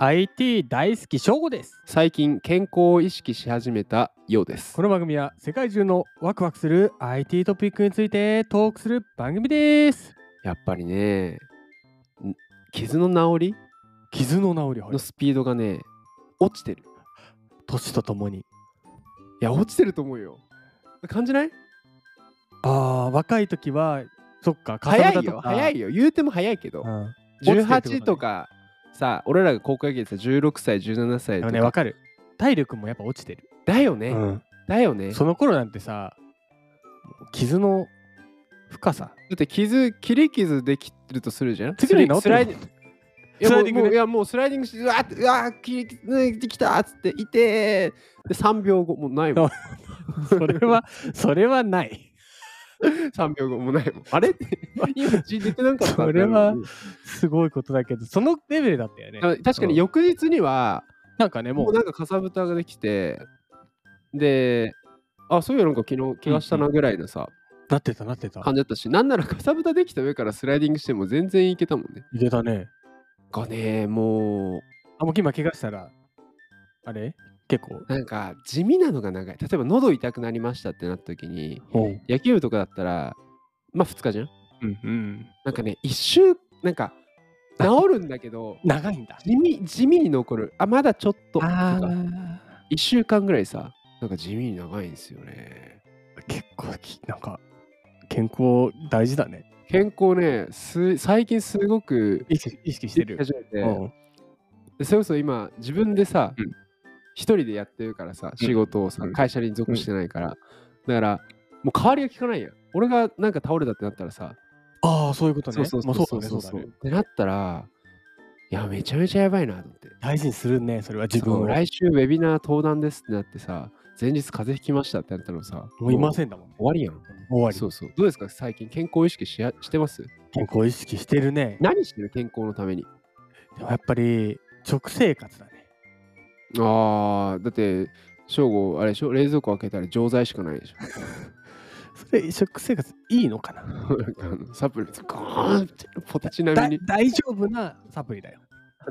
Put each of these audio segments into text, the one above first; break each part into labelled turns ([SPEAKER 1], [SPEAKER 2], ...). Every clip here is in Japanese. [SPEAKER 1] IT 大好き翔吾です
[SPEAKER 2] 最近健康を意識し始めたようです
[SPEAKER 1] この番組は世界中のワクワクする IT トピックについてトークする番組です
[SPEAKER 2] やっぱりねん傷の治り
[SPEAKER 1] 傷の治りは
[SPEAKER 2] のスピードがね落ちてる
[SPEAKER 1] 年とともに
[SPEAKER 2] いや落ちてると思うよ感じない
[SPEAKER 1] ああ若い時はそっか
[SPEAKER 2] 早
[SPEAKER 1] かさ
[SPEAKER 2] い
[SPEAKER 1] ぶた
[SPEAKER 2] よ
[SPEAKER 1] とか
[SPEAKER 2] 早いよ言うても早いけど
[SPEAKER 1] うん落ちてるって
[SPEAKER 2] 18
[SPEAKER 1] こと
[SPEAKER 2] と
[SPEAKER 1] ね
[SPEAKER 2] かさ俺らが高校野球でさ16歳17歳
[SPEAKER 1] で
[SPEAKER 2] と
[SPEAKER 1] も
[SPEAKER 2] か
[SPEAKER 1] ねわかる体力もやっぱ落ちてる、
[SPEAKER 2] だよね、だよね
[SPEAKER 1] その頃なんてさもう傷の深 さ
[SPEAKER 2] だって傷切り傷できるとするじゃん
[SPEAKER 1] 次の日治って
[SPEAKER 2] ス
[SPEAKER 1] る
[SPEAKER 2] ラ
[SPEAKER 1] も
[SPEAKER 2] イ
[SPEAKER 1] ん
[SPEAKER 2] ディン
[SPEAKER 1] スライディング
[SPEAKER 2] グいやもうもうい
[SPEAKER 1] ね
[SPEAKER 2] やもうスライディングしてうわーうわー切り抜いてきたっつっていてーで3秒後もうないもん
[SPEAKER 1] それはそれはない
[SPEAKER 2] 3秒後もうないもんあれ今血出てなんかったんだ
[SPEAKER 1] それは
[SPEAKER 2] うん
[SPEAKER 1] すごいことだけどそのレベルだったよね
[SPEAKER 2] あ確かに翌日には
[SPEAKER 1] なんかねも
[SPEAKER 2] もう
[SPEAKER 1] う
[SPEAKER 2] なんかかさぶたができてであそういうのが昨日怪我したなぐらいのさ
[SPEAKER 1] なってたなってた
[SPEAKER 2] 感じだったしなんならかさぶたできた上からスライディングしても全然いけたもんね
[SPEAKER 1] いけたね
[SPEAKER 2] がねもう
[SPEAKER 1] あ、もう今怪我したら、あれ結構。
[SPEAKER 2] なんか地味なのが長い例えば喉痛くなりましたってなった時に
[SPEAKER 1] うん。
[SPEAKER 2] 野球部とかだったらまあ2日じゃん
[SPEAKER 1] うん。
[SPEAKER 2] なんかね一週なんか治るんだけ ど
[SPEAKER 1] 長いんだ。
[SPEAKER 2] 地味地味に残るあまだちょっとと
[SPEAKER 1] あ
[SPEAKER 2] か1週間ぐらいさなんか地味に長いんですよね
[SPEAKER 1] あ。結構き、なんか、健康大事だね。
[SPEAKER 2] 健康ねす最近すごく
[SPEAKER 1] 意識意識してる。
[SPEAKER 2] 始めて
[SPEAKER 1] うん。
[SPEAKER 2] でそれこそ今自分でさ
[SPEAKER 1] うん
[SPEAKER 2] 一人でやってるからさ仕事をさ
[SPEAKER 1] うん
[SPEAKER 2] 会社に属してないからだからもう代わりが効かないやん俺がなんか倒れたってなったらさ
[SPEAKER 1] ああ、そういうことね。
[SPEAKER 2] そうそうそう
[SPEAKER 1] まあ
[SPEAKER 2] そう
[SPEAKER 1] だ
[SPEAKER 2] そう
[SPEAKER 1] ねだね
[SPEAKER 2] ってなったら、いや、めちゃめちゃやばいなと思って。
[SPEAKER 1] 大事にするね、それは自分
[SPEAKER 2] そう
[SPEAKER 1] を。
[SPEAKER 2] 来週ウェビナー登壇ですってなってさ、前日風邪ひきましたってなったらさ、
[SPEAKER 1] もういま
[SPEAKER 2] ん。
[SPEAKER 1] せんだもんね。
[SPEAKER 2] 終わりやん。
[SPEAKER 1] 終わり。
[SPEAKER 2] そうそう。どうですか最近健康を意識しやしてます
[SPEAKER 1] 健康意識してるね。
[SPEAKER 2] 何してる健康のために。
[SPEAKER 1] でもやっぱり、食生活だね。
[SPEAKER 2] ああ、だって、正午、あれでしょ冷蔵庫開けたら錠剤しかないでし
[SPEAKER 1] それ、食生活いいのかな
[SPEAKER 2] ょ なんかあのサプリメント、ゴーンってポテチ並
[SPEAKER 1] だ
[SPEAKER 2] みに。
[SPEAKER 1] 大丈夫なサプリだよ。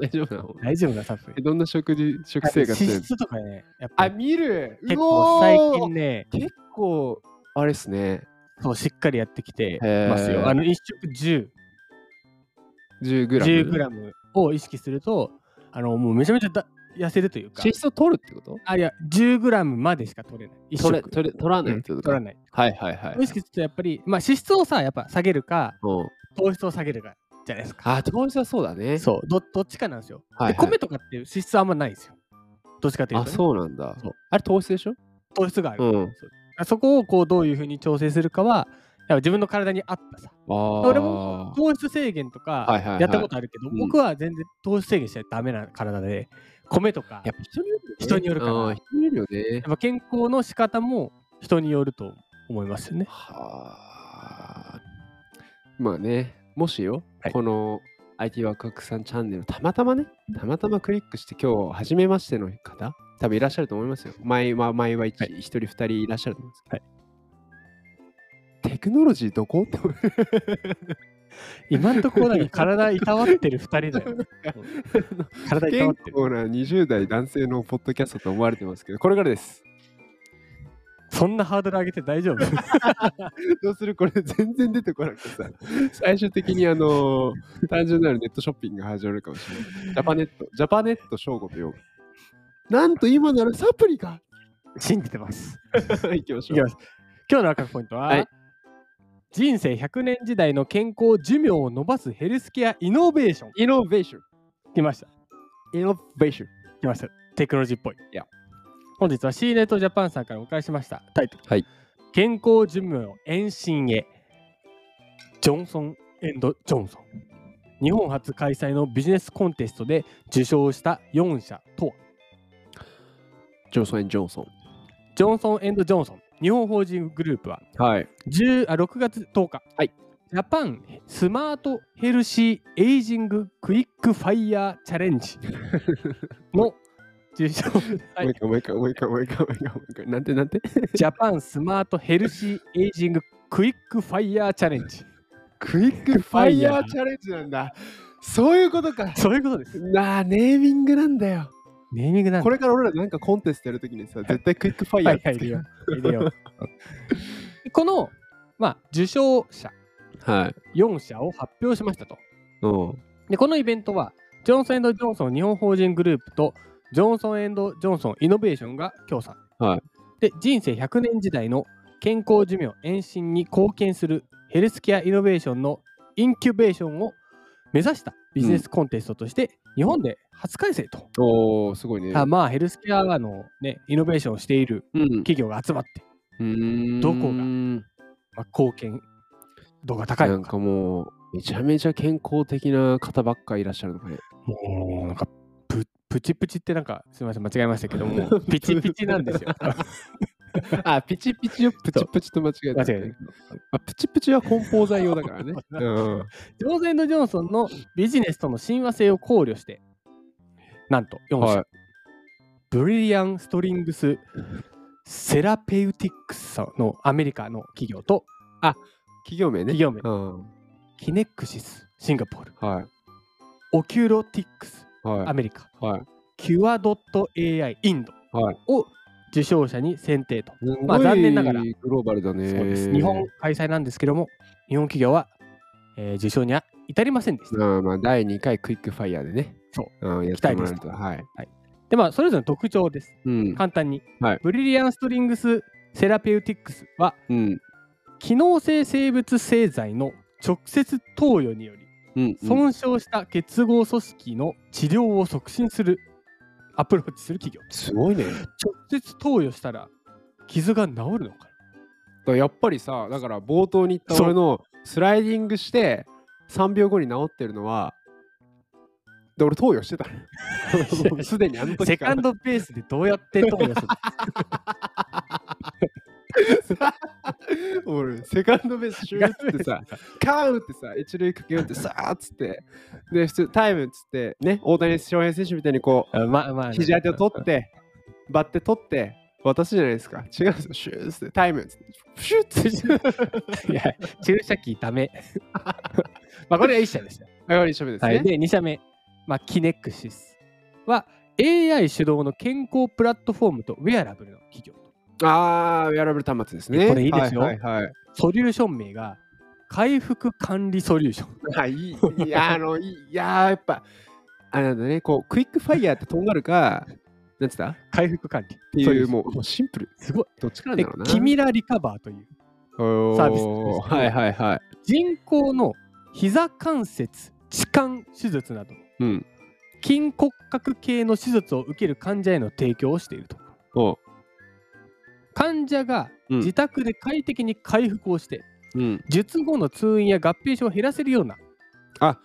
[SPEAKER 2] 大丈夫なの
[SPEAKER 1] 大丈夫なサプ
[SPEAKER 2] え
[SPEAKER 1] リ。
[SPEAKER 2] どんな食事、食生活して
[SPEAKER 1] 脂
[SPEAKER 2] るの
[SPEAKER 1] 質とかね、やっぱ
[SPEAKER 2] あ、見る
[SPEAKER 1] 結
[SPEAKER 2] うお
[SPEAKER 1] 構
[SPEAKER 2] ー
[SPEAKER 1] 最近ね、
[SPEAKER 2] 結構、あれっすね。
[SPEAKER 1] そうしっかりやってきて
[SPEAKER 2] へー
[SPEAKER 1] ますよ。あの1食10
[SPEAKER 2] 10グラム。
[SPEAKER 1] 10グラムを意識すると、あのもうめちゃめちゃだ痩せるというか
[SPEAKER 2] 脂、質を取るってこと
[SPEAKER 1] あいや10グラムまでしか取れない。一食
[SPEAKER 2] 取れ取れ取らないってこと
[SPEAKER 1] 取
[SPEAKER 2] か、
[SPEAKER 1] らない。
[SPEAKER 2] はいはいはい。
[SPEAKER 1] 意識するとやっぱり、まあ、脂質をさ、やっぱ下げるか、
[SPEAKER 2] うん、
[SPEAKER 1] 糖質を下げるかじゃないですか。
[SPEAKER 2] あ、糖質はそうだね。
[SPEAKER 1] そうど、どっちかなんですよ。
[SPEAKER 2] はいはい
[SPEAKER 1] で米とかって脂質あんまないんですよ。どっちかというと
[SPEAKER 2] あ、
[SPEAKER 1] ね、
[SPEAKER 2] そうなんだ
[SPEAKER 1] そう。
[SPEAKER 2] あれ糖質でしょ
[SPEAKER 1] 糖質がある。
[SPEAKER 2] うん
[SPEAKER 1] そそこをこうどういうふうに調整するかは、やっぱ自分の体に合ったさ。
[SPEAKER 2] ああ。
[SPEAKER 1] 俺も糖質制限とか
[SPEAKER 2] はいはいはい
[SPEAKER 1] やったことあるけど、
[SPEAKER 2] うん
[SPEAKER 1] 僕は全然糖質制限しちゃダメな体で米とかや
[SPEAKER 2] やっぱ人によ
[SPEAKER 1] 人による
[SPEAKER 2] るよね。
[SPEAKER 1] から
[SPEAKER 2] うん人によるよね。
[SPEAKER 1] っぱ健康の仕方も人によると思いますよ ね。
[SPEAKER 2] はあ。まあね、もしよ、
[SPEAKER 1] はい
[SPEAKER 2] この IT ワクワクさんチャンネル、たまたまね、たまたまクリックして、今日、初めましての方、多分いらっしゃると思いますよ。前は、前は 1,、
[SPEAKER 1] は
[SPEAKER 2] 一人、二人いらっしゃると思うんですけど。テクノロジーどこって思う
[SPEAKER 1] 今んところなんか体いたわってる2人だよ。 体いたわ
[SPEAKER 2] 健
[SPEAKER 1] ってる。
[SPEAKER 2] 康な20代男性のポッドキャストと思われてますけど、これからです。
[SPEAKER 1] そんなハードル上げて大 丈夫
[SPEAKER 2] どうするこれ全然出てこなくてさ、最終的にあのー単純なるネットショッピングが始まるかもしれない。ジャパネット、ジャパネット正吾と呼ぶ。なんと今ならサプリが
[SPEAKER 1] 信じてます。
[SPEAKER 2] 行きまし
[SPEAKER 1] い
[SPEAKER 2] ょ
[SPEAKER 1] き
[SPEAKER 2] う。
[SPEAKER 1] ます。今日の赤ポイントは、
[SPEAKER 2] はい
[SPEAKER 1] 人生100年時代の健康寿命を伸ばすヘルスケアイノベーション。
[SPEAKER 2] イノベーショ
[SPEAKER 1] 来ました。
[SPEAKER 2] ン。イノベーション。
[SPEAKER 1] 来ました。テクノロジーっぽい。
[SPEAKER 2] いや
[SPEAKER 1] 本日は C ネットジャパンさんからお返ししました。タイトル。
[SPEAKER 2] はい
[SPEAKER 1] 健康寿命を延伸へ。ジョンソンジョンソン。日本初開催のビジネスコンテストで受賞した4社とは
[SPEAKER 2] ジョンソン・ジョンソ
[SPEAKER 1] ジョンソンジョンソン。日本法人グループは
[SPEAKER 2] ン。はい。
[SPEAKER 1] 10あ6月10日、
[SPEAKER 2] はい
[SPEAKER 1] ジャパンスマートヘルシーエイジングクイックファイヤーチャレン ジの受賞はい
[SPEAKER 2] もう一回、もう一回、もう一回、もう一回、もう一回もう一回。なんて、なんて。
[SPEAKER 1] ジャパンスマートヘルシーエイジングクイックファイヤーチャレンジ。
[SPEAKER 2] クイックファイヤーチャレンジなんだ。そういうことか。
[SPEAKER 1] そういうことです。
[SPEAKER 2] なあ、ネーミングなんだよ。
[SPEAKER 1] ネーミングなん
[SPEAKER 2] こ
[SPEAKER 1] れ
[SPEAKER 2] れから俺らなんかコンテストやるときにさ、絶対クイックファイヤ
[SPEAKER 1] は
[SPEAKER 2] ー
[SPEAKER 1] いはい、入
[SPEAKER 2] つけ
[SPEAKER 1] れよ
[SPEAKER 2] る。
[SPEAKER 1] う。入れよう。この、まあ、受賞者
[SPEAKER 2] はい。
[SPEAKER 1] 4社を発表しましたと。
[SPEAKER 2] うん。
[SPEAKER 1] で、このイベントは、ジョンソンジョンソン日本法人グループと、ジョンソンジョンソンイノベーションが協賛。
[SPEAKER 2] はい
[SPEAKER 1] で、人生100年時代の健康寿命延伸に貢献するヘルスケアイノベーションのインキュベーションを目指したビジネスコンテストとして、日本で初開催と。
[SPEAKER 2] おー、すごいね。
[SPEAKER 1] あまあ、ヘルスケアの、ね、イノベーションをしている
[SPEAKER 2] うん。
[SPEAKER 1] 企業が集まって、
[SPEAKER 2] うーん
[SPEAKER 1] どこまあ、貢献度が高い
[SPEAKER 2] なん
[SPEAKER 1] のか。
[SPEAKER 2] かもう、めちゃめちゃ健康的な方ばっかいらっしゃるのかね。
[SPEAKER 1] もうなんかププチプチってなんかすみません間違えましたけど もピチピチなんですよ。
[SPEAKER 2] あ、ピチピチ をプチプチと間違えた。
[SPEAKER 1] 間違え
[SPEAKER 2] あプチプチは梱包材用だから ね。うん。
[SPEAKER 1] ジョーゼンド・ジョンソンのビジネスとの親和性を考慮してなんと4社、
[SPEAKER 2] はい。
[SPEAKER 1] ブリリアン・ストリングス・セラペウティックスさんのアメリカの企業と
[SPEAKER 2] 企業名ね。
[SPEAKER 1] 企業名
[SPEAKER 2] うん。
[SPEAKER 1] キネックシスシンガポール
[SPEAKER 2] はい。
[SPEAKER 1] オキュロティックスア
[SPEAKER 2] は
[SPEAKER 1] メリカ
[SPEAKER 2] い。はい。
[SPEAKER 1] キュアドット AI インド
[SPEAKER 2] はい
[SPEAKER 1] を受賞者に選定と、ま
[SPEAKER 2] ま
[SPEAKER 1] あ残念ながら
[SPEAKER 2] グローバルだね。
[SPEAKER 1] そうです日本開催なんですけども日本企業は、えー受賞には至りませんでした。
[SPEAKER 2] まあまあ、第2回クイックファイヤーでね。。
[SPEAKER 1] そう
[SPEAKER 2] うん、やってもらえると。はい。
[SPEAKER 1] でまあそれぞれの特徴です。
[SPEAKER 2] うん。
[SPEAKER 1] 簡単に、
[SPEAKER 2] はい
[SPEAKER 1] ブリリアンストリングスセラピューティックスは
[SPEAKER 2] うん。
[SPEAKER 1] 機能性生物製剤の直接投与により
[SPEAKER 2] うん。うん
[SPEAKER 1] 損傷した結合組織の治療を促進するアプローチする企業
[SPEAKER 2] すごいね。
[SPEAKER 1] 直接投与したら傷が治るのか
[SPEAKER 2] だからやっぱりさだから冒頭に言っ
[SPEAKER 1] そ
[SPEAKER 2] た
[SPEAKER 1] う
[SPEAKER 2] 俺のスライディングして3秒後に治ってるのはで俺投与 してたのもうすでにあ
[SPEAKER 1] な
[SPEAKER 2] の
[SPEAKER 1] セ
[SPEAKER 2] 時か
[SPEAKER 1] カ
[SPEAKER 2] ら
[SPEAKER 1] ンドベースでどうやって投与する
[SPEAKER 2] 俺セカンドベースシューっ てさ カーンってさ一塁駆け寄ってさーっつってで普通タイムっつってね大谷翔平選手みたいにこ
[SPEAKER 1] あまあまあ
[SPEAKER 2] う
[SPEAKER 1] ね
[SPEAKER 2] 肘当てを取ってバッて取って渡すじゃないですか違うんですよシューってタイムっつってシューって
[SPEAKER 1] いや注射器ダメまあこれは一社でした
[SPEAKER 2] あやはり一緒目です
[SPEAKER 1] は
[SPEAKER 2] ね、
[SPEAKER 1] い、で2社目、まあ、キネックシスは AI 主導の健康プラットフォームとウェアラブルの企業
[SPEAKER 2] あーウェアラブル端末ですね
[SPEAKER 1] これいいですよ
[SPEAKER 2] はいはいはい
[SPEAKER 1] ソリューション名が回復管理ソリューション
[SPEAKER 2] はい、いいいや、あの、いいいやー、やっぱ、あれなんだね、こう、クイックファイヤーってとんがるか、なんつったっ
[SPEAKER 1] 回復管理
[SPEAKER 2] て
[SPEAKER 1] ソ
[SPEAKER 2] い
[SPEAKER 1] リューシ
[SPEAKER 2] う、
[SPEAKER 1] ョン
[SPEAKER 2] もう、もうシンプル。
[SPEAKER 1] すごい
[SPEAKER 2] どっちから
[SPEAKER 1] で
[SPEAKER 2] だろうな。
[SPEAKER 1] キミラリカバーという
[SPEAKER 2] サー
[SPEAKER 1] ービスですね
[SPEAKER 2] はいはいはい。
[SPEAKER 1] 人工の膝関節置換手術など
[SPEAKER 2] うん。
[SPEAKER 1] 筋骨格系の手術を受ける患者への提供をしていると
[SPEAKER 2] おう
[SPEAKER 1] 患者が
[SPEAKER 2] うん
[SPEAKER 1] 自宅で快適に回復をして、
[SPEAKER 2] うん。
[SPEAKER 1] 術後の通院や合併症を減らせるような
[SPEAKER 2] あ、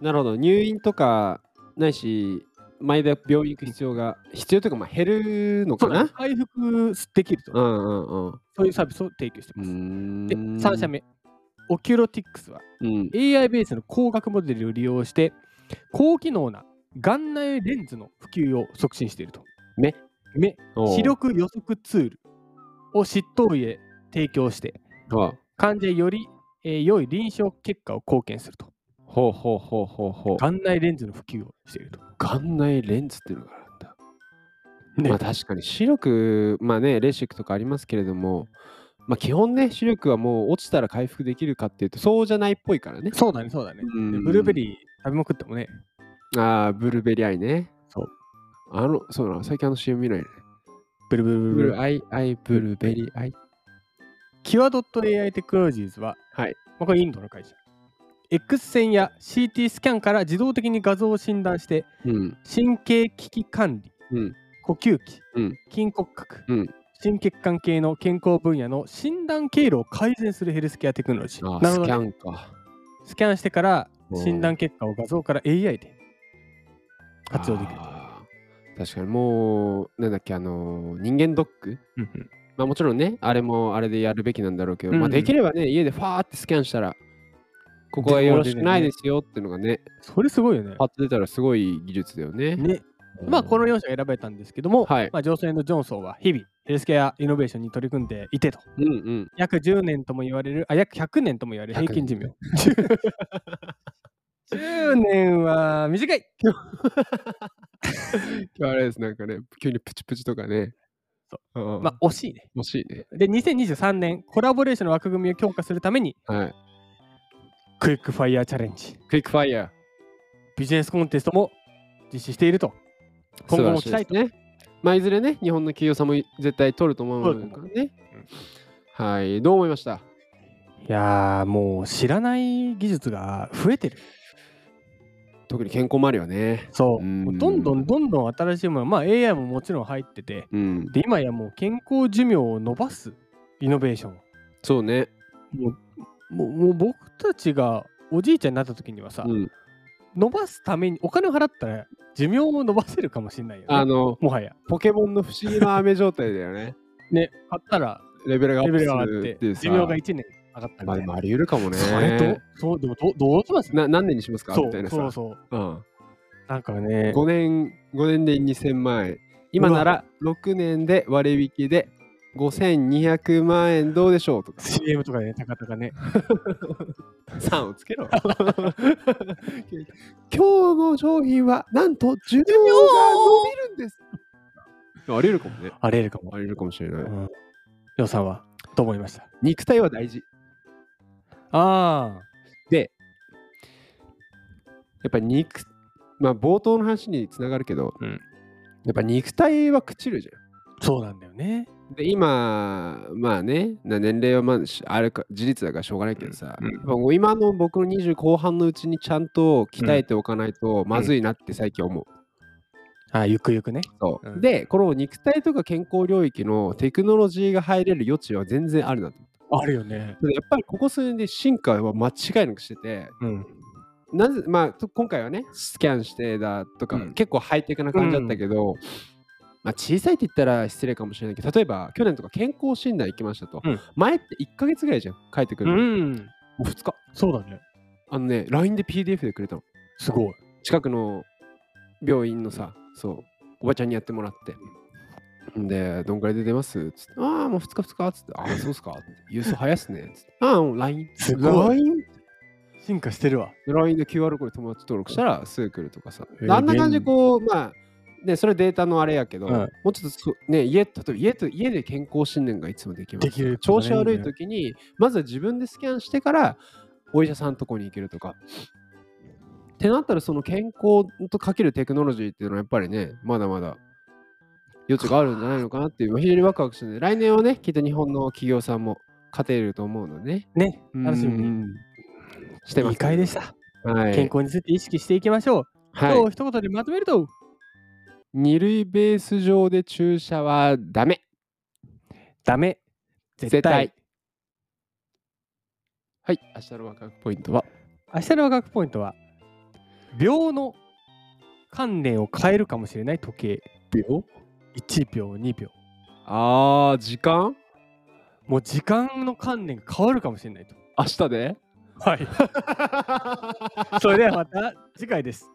[SPEAKER 2] なるほど。入院とか、ないし、毎度病院行く必要が、必要というか、まあ、減るのかな
[SPEAKER 1] 回復できると、
[SPEAKER 2] うんうん
[SPEAKER 1] そういうサービスを提供して
[SPEAKER 2] う
[SPEAKER 1] ます。
[SPEAKER 2] ん。
[SPEAKER 1] で、3社
[SPEAKER 2] 目。
[SPEAKER 1] 目、オキュロティックスは
[SPEAKER 2] うん。
[SPEAKER 1] AI ベースの光学モデルを利用して、高機能な眼内レンズの普及を促進していると。
[SPEAKER 2] 目
[SPEAKER 1] 目、
[SPEAKER 2] おう
[SPEAKER 1] 視力予測ツールを執刀医へ提供して、
[SPEAKER 2] あ
[SPEAKER 1] 患者により、えー良い臨床結果を貢献すると。
[SPEAKER 2] ほうほうほうほうほう。
[SPEAKER 1] 眼内レンズの普及をしていると。
[SPEAKER 2] 眼内レンズっていうのがあるんだ。
[SPEAKER 1] ね
[SPEAKER 2] まあ確かに視力、まあね、レーシックとかありますけれども、まあ基本ね、視力はもう落ちたら回復できるかっていうと、そうじゃないっぽいからね。
[SPEAKER 1] そうだね、そうだね。
[SPEAKER 2] う
[SPEAKER 1] で
[SPEAKER 2] ん
[SPEAKER 1] ブルーベリー食べまくってもね、
[SPEAKER 2] ああ、ブルーベリーアイね。
[SPEAKER 1] そう。
[SPEAKER 2] あの、そうなの、最近あの CM 見ないね。
[SPEAKER 1] ブルブルブル
[SPEAKER 2] ブ
[SPEAKER 1] ブル
[SPEAKER 2] ルーアイ、アイ、ブルーベリーアイ。
[SPEAKER 1] キュアドット AI テクノロジーズは、
[SPEAKER 2] はい
[SPEAKER 1] まあ、これインドの会社。X 線や CT スキャンから自動的に画像を診断して、
[SPEAKER 2] うん。
[SPEAKER 1] 神経危機管理、
[SPEAKER 2] うん
[SPEAKER 1] 呼吸器、
[SPEAKER 2] うん
[SPEAKER 1] 筋骨格、
[SPEAKER 2] うん
[SPEAKER 1] 心血管系の健康分野の診断経路を改善するヘルスケアテクノロジー。
[SPEAKER 2] ああ、
[SPEAKER 1] なる
[SPEAKER 2] ス
[SPEAKER 1] ほ
[SPEAKER 2] キ
[SPEAKER 1] ど
[SPEAKER 2] ャ
[SPEAKER 1] ね
[SPEAKER 2] ンか。
[SPEAKER 1] スキャンしてから
[SPEAKER 2] うん
[SPEAKER 1] 診断結果を画像から AI で活用できる。
[SPEAKER 2] あー確かにもう、なんだっけ、あのー、人間ドック
[SPEAKER 1] うんうん
[SPEAKER 2] まあもちろんね、あれもあれでやるべきなんだろうけど、
[SPEAKER 1] うんうん
[SPEAKER 2] まあできればね、家でファーってスキャンしたら、ここはよろしくないですよっていうのがね、
[SPEAKER 1] それすごいよね
[SPEAKER 2] パ。ッと出たらすごい技術だよね。
[SPEAKER 1] ねまあ、この4社が選ばれたんですけども、
[SPEAKER 2] はい
[SPEAKER 1] まあ、ジョンソンジョンソンは日々ヘルスケアイノベーションに取り組んでいてと。
[SPEAKER 2] うんうん。
[SPEAKER 1] 約10年とも言われる、あ、約100年とも言われる平
[SPEAKER 2] 100
[SPEAKER 1] 均寿命。 10年は短い
[SPEAKER 2] 今日あれです、なんかね、急にプチプチとかね。うん
[SPEAKER 1] まあ惜しいね。
[SPEAKER 2] 惜しいね。
[SPEAKER 1] で、2023年、コラボレーションの枠組みを強化するために、
[SPEAKER 2] はい。
[SPEAKER 1] クイックファイヤーチャレンジ、
[SPEAKER 2] クイックファイヤ
[SPEAKER 1] ビジネスコンテストも実施していると。
[SPEAKER 2] ー。
[SPEAKER 1] 今後も
[SPEAKER 2] 素晴らしい
[SPEAKER 1] 期待と
[SPEAKER 2] ですね。まあ、いずれね、日本の企業さんも絶対取ると思うのでね。はい、どう思いました
[SPEAKER 1] いやー、もう知らない技術が増えてる。
[SPEAKER 2] 特に健康もあるよね。
[SPEAKER 1] そうう。
[SPEAKER 2] ん
[SPEAKER 1] もうどんどんどんどん新しいもの、まあ AI ももちろん入ってて、
[SPEAKER 2] うん。
[SPEAKER 1] で、今やもう健康寿命を伸ばすイノベーション。
[SPEAKER 2] そうね。
[SPEAKER 1] もう、もうもう僕たちがおじいちゃんになった時にはさ、
[SPEAKER 2] うん。
[SPEAKER 1] 伸ばすためにお金を払ったら寿命を伸ばせるかもしれないよ、ね。
[SPEAKER 2] あの、
[SPEAKER 1] もはや。
[SPEAKER 2] ポケモンの不思議な飴状態だよね。
[SPEAKER 1] ね、買ったら
[SPEAKER 2] レベルがア
[SPEAKER 1] レ
[SPEAKER 2] ッ
[SPEAKER 1] ベ
[SPEAKER 2] プ
[SPEAKER 1] ル
[SPEAKER 2] す
[SPEAKER 1] が上がっ
[SPEAKER 2] る
[SPEAKER 1] て
[SPEAKER 2] っていう、
[SPEAKER 1] 寿
[SPEAKER 2] さ。
[SPEAKER 1] 命が1年上がったみ
[SPEAKER 2] ま
[SPEAKER 1] た
[SPEAKER 2] あで
[SPEAKER 1] い
[SPEAKER 2] も
[SPEAKER 1] な。
[SPEAKER 2] あり得るかもね。
[SPEAKER 1] それと、そう、でもどどうします
[SPEAKER 2] な何年にしますか
[SPEAKER 1] そ、
[SPEAKER 2] みたいうなさ。
[SPEAKER 1] そうそう。
[SPEAKER 2] うん
[SPEAKER 1] なんかね、
[SPEAKER 2] 5年、5年で2000万円。今なら6年で割引で5200万円どうでしょう とか。
[SPEAKER 1] CM とかでね、たかたかね。
[SPEAKER 2] 3をつけろ。今日の商品はなんと寿命が伸びるんです。あり得るかもね。
[SPEAKER 1] ありえるかも。
[SPEAKER 2] あり得るかもしれ
[SPEAKER 1] う
[SPEAKER 2] ない。
[SPEAKER 1] ん。りょうさんは、と思いました。
[SPEAKER 2] 肉体は大事。
[SPEAKER 1] ああ、
[SPEAKER 2] で、やっぱ肉、まあ冒頭の話につながるけど、
[SPEAKER 1] うん
[SPEAKER 2] やっぱ肉体は朽ちるじゃん。
[SPEAKER 1] そうなんだよね。
[SPEAKER 2] で今まあねな年齢はまあしあるか事実だからしょうがないけどさ、
[SPEAKER 1] うんうん
[SPEAKER 2] やっぱもう今の僕の20後半のうちにちゃんと鍛えておかないとまずいなって最近思う。
[SPEAKER 1] ああ、ゆくゆくね。
[SPEAKER 2] そう
[SPEAKER 1] うん
[SPEAKER 2] でこの肉体とか健康領域のテクノロジーが入れる余地は全然あるなと思
[SPEAKER 1] あるよね。
[SPEAKER 2] う。やっぱりここ数年で進化は間違いなくしてて
[SPEAKER 1] うん。
[SPEAKER 2] なぜ、まあ、と今回はねスキャンしてだとか、
[SPEAKER 1] うん
[SPEAKER 2] 結構ハイテクな感じだったけど、まあ、小さいって言ったら失礼かもしれないけど例えば去年とか健康診断行きましたと、
[SPEAKER 1] うん
[SPEAKER 2] 前って1ヶ月ぐらいじゃん帰ってく
[SPEAKER 1] う
[SPEAKER 2] るの、も
[SPEAKER 1] ん。
[SPEAKER 2] う2日
[SPEAKER 1] そうだね。
[SPEAKER 2] あのね LINE で PDF でくれたの
[SPEAKER 1] すごい。
[SPEAKER 2] 近くの病院のさそうおばちゃんにやってもらってんでどんぐらいで出ますつってああもう2日2日つってああそうっすかって郵送早いっすねつってああもう LINE
[SPEAKER 1] すごい
[SPEAKER 2] LINE
[SPEAKER 1] 進化してるわ。
[SPEAKER 2] LINE で QR コード友達登録したらすぐ来るとかさ。
[SPEAKER 1] えー
[SPEAKER 2] であんな感じでこう、まあ、ね、それデータのあれやけど、
[SPEAKER 1] うん
[SPEAKER 2] もうちょっとそ、ね、家例えば家と家で健康診断がいつもできます。
[SPEAKER 1] できる
[SPEAKER 2] 調子悪い時に、まずは自分でスキャンしてから、お医者さんとこに行けるとか。ってなったら、その健康とかけるテクノロジーっていうのはやっぱりね、まだまだ余地があるんじゃないのかなっていう、まあ非常にワクワクしてるんで、来年はね、きっと日本の企業さんも勝てると思うのでね。
[SPEAKER 1] ね、楽しみ
[SPEAKER 2] う
[SPEAKER 1] に。
[SPEAKER 2] んしてます。
[SPEAKER 1] いい回でした。
[SPEAKER 2] はい、
[SPEAKER 1] 健康について意識していきましょう。
[SPEAKER 2] はい
[SPEAKER 1] 今日一言でまとめると、
[SPEAKER 2] 二塁ベース上で注射はダメ
[SPEAKER 1] ダメ、絶対。
[SPEAKER 2] はい明日のワクワクポイントは
[SPEAKER 1] 明日の科学ポイントは、秒の観念を変えるかもしれない時計。
[SPEAKER 2] 秒
[SPEAKER 1] 1秒、2秒。
[SPEAKER 2] あー時間
[SPEAKER 1] もう時間の観念が変わるかもしれないと。
[SPEAKER 2] 明日で
[SPEAKER 1] はい。それではまた次回です。